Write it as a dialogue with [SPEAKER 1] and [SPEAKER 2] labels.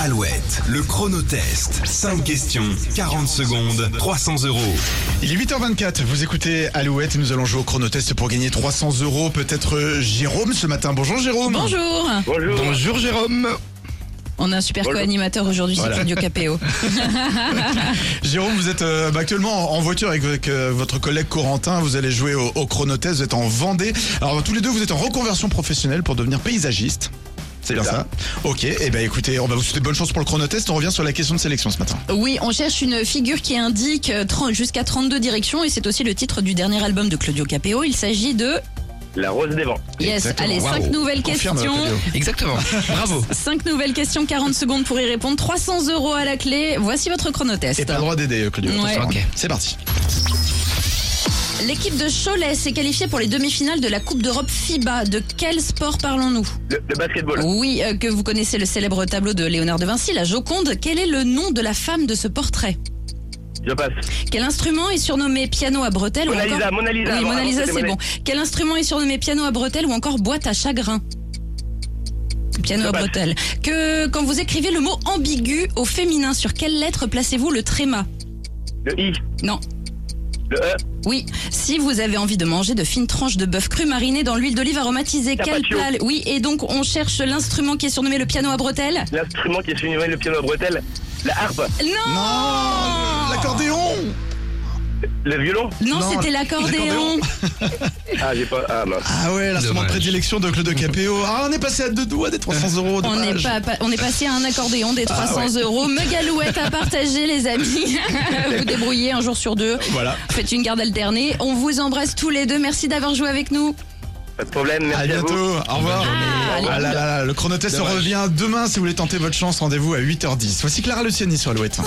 [SPEAKER 1] Alouette, le chronotest. 5 questions, 40 secondes, 300 euros.
[SPEAKER 2] Il est 8h24, vous écoutez Alouette et nous allons jouer au chronotest pour gagner 300 euros. Peut-être euh, Jérôme ce matin. Bonjour Jérôme.
[SPEAKER 3] Bonjour
[SPEAKER 4] Bonjour.
[SPEAKER 2] Bonjour Jérôme.
[SPEAKER 3] On a un super
[SPEAKER 4] Bonjour.
[SPEAKER 3] co-animateur aujourd'hui, c'est
[SPEAKER 2] Voilà.
[SPEAKER 3] Claudio Capéo.
[SPEAKER 2] Jérôme, vous êtes euh, bah, actuellement en voiture avec, avec, euh, votre collègue Corentin. Vous allez jouer au, au chronotest. Vous êtes en Vendée. Alors tous les deux, vous êtes en reconversion professionnelle pour devenir paysagiste. C'est bien ça. Ok. Et ben écoutez, on va vous souhaiter bonne chance pour le chronotest. On revient sur la question de sélection ce matin.
[SPEAKER 3] Oui, on cherche une figure qui indique euh, 30 jusqu'à 32 directions et c'est aussi le titre du dernier album de Claudio Capéo. Il s'agit de...
[SPEAKER 4] La rose des vents.
[SPEAKER 3] Yes,
[SPEAKER 2] Exactement.
[SPEAKER 3] allez,
[SPEAKER 2] Waouh.
[SPEAKER 3] 5 nouvelles
[SPEAKER 2] Confirme,
[SPEAKER 3] questions.
[SPEAKER 2] Claudio.
[SPEAKER 5] Exactement. Bravo.
[SPEAKER 3] 5 nouvelles questions, 40 secondes pour y répondre, 300 euros à la clé. Voici votre chronotest.
[SPEAKER 2] Et pas le droit d'aider, euh, Claudio.
[SPEAKER 3] Ouais.
[SPEAKER 2] Attention, hein.
[SPEAKER 5] Ok.
[SPEAKER 2] C'est parti.
[SPEAKER 3] L'équipe de Cholet s'est qualifiée pour les demi-finales de la Coupe d'Europe FIBA. De quel sport parlons-nous
[SPEAKER 4] Le, le basketball.
[SPEAKER 3] Oui, euh, que vous connaissez le célèbre tableau de Léonard de Vinci, la Joconde. Quel est le nom de la femme de ce portrait
[SPEAKER 4] Je passe.
[SPEAKER 3] Quel instrument est surnommé piano à bretelles
[SPEAKER 4] Mona
[SPEAKER 3] ou encore...
[SPEAKER 4] Lisa, Mona Lisa.
[SPEAKER 3] Oui,
[SPEAKER 4] avant,
[SPEAKER 3] Mona
[SPEAKER 4] avant,
[SPEAKER 3] Lisa,
[SPEAKER 4] c'était
[SPEAKER 3] c'est
[SPEAKER 4] Mona-
[SPEAKER 3] bon. Quel instrument est surnommé piano à bretelles ou encore boîte à chagrin Piano
[SPEAKER 4] Je
[SPEAKER 3] à
[SPEAKER 4] passe.
[SPEAKER 3] bretelles. Que quand vous écrivez le mot ambigu au féminin, sur quelle lettre placez-vous le tréma
[SPEAKER 4] Le I.
[SPEAKER 3] Non.
[SPEAKER 4] Le E.
[SPEAKER 3] Oui. Si vous avez envie de manger de fines tranches de bœuf cru mariné dans l'huile d'olive aromatisée, quelle
[SPEAKER 4] Carpaccio.
[SPEAKER 3] pâle Oui. Et donc on cherche l'instrument qui est surnommé le piano à bretelles.
[SPEAKER 4] L'instrument qui est surnommé le piano à bretelles. La harpe.
[SPEAKER 3] Non.
[SPEAKER 2] Non, l'accordéon.
[SPEAKER 4] Le violon.
[SPEAKER 3] Non,
[SPEAKER 2] Non,
[SPEAKER 3] c'était l'accordéon.
[SPEAKER 4] Ah, j'ai pas. Ah, mince.
[SPEAKER 2] Ah ouais, l'instrument de
[SPEAKER 5] Dommage.
[SPEAKER 2] prédilection de Claude Capéo. Ah, on est passé à deux doigts des 300 euros.
[SPEAKER 3] On
[SPEAKER 2] dommage. Ah
[SPEAKER 3] est, pas, pas- on est passé à un accordéon des 300 euros. Megalouette à partager, les amis. vous débrouillez un jour sur deux.
[SPEAKER 2] Voilà.
[SPEAKER 3] Faites une garde alternée. On vous embrasse tous les deux. Merci d'avoir joué avec nous.
[SPEAKER 4] Pas de problème.
[SPEAKER 2] À
[SPEAKER 4] Merci à,
[SPEAKER 2] bientôt.
[SPEAKER 4] vous.
[SPEAKER 2] Au revoir.
[SPEAKER 3] allez,
[SPEAKER 2] Ah là là là, le chronotest revient demain si vous voulez tenter votre chance. Rendez-vous à 8h10. Voici Clara Luciani sur Alouette.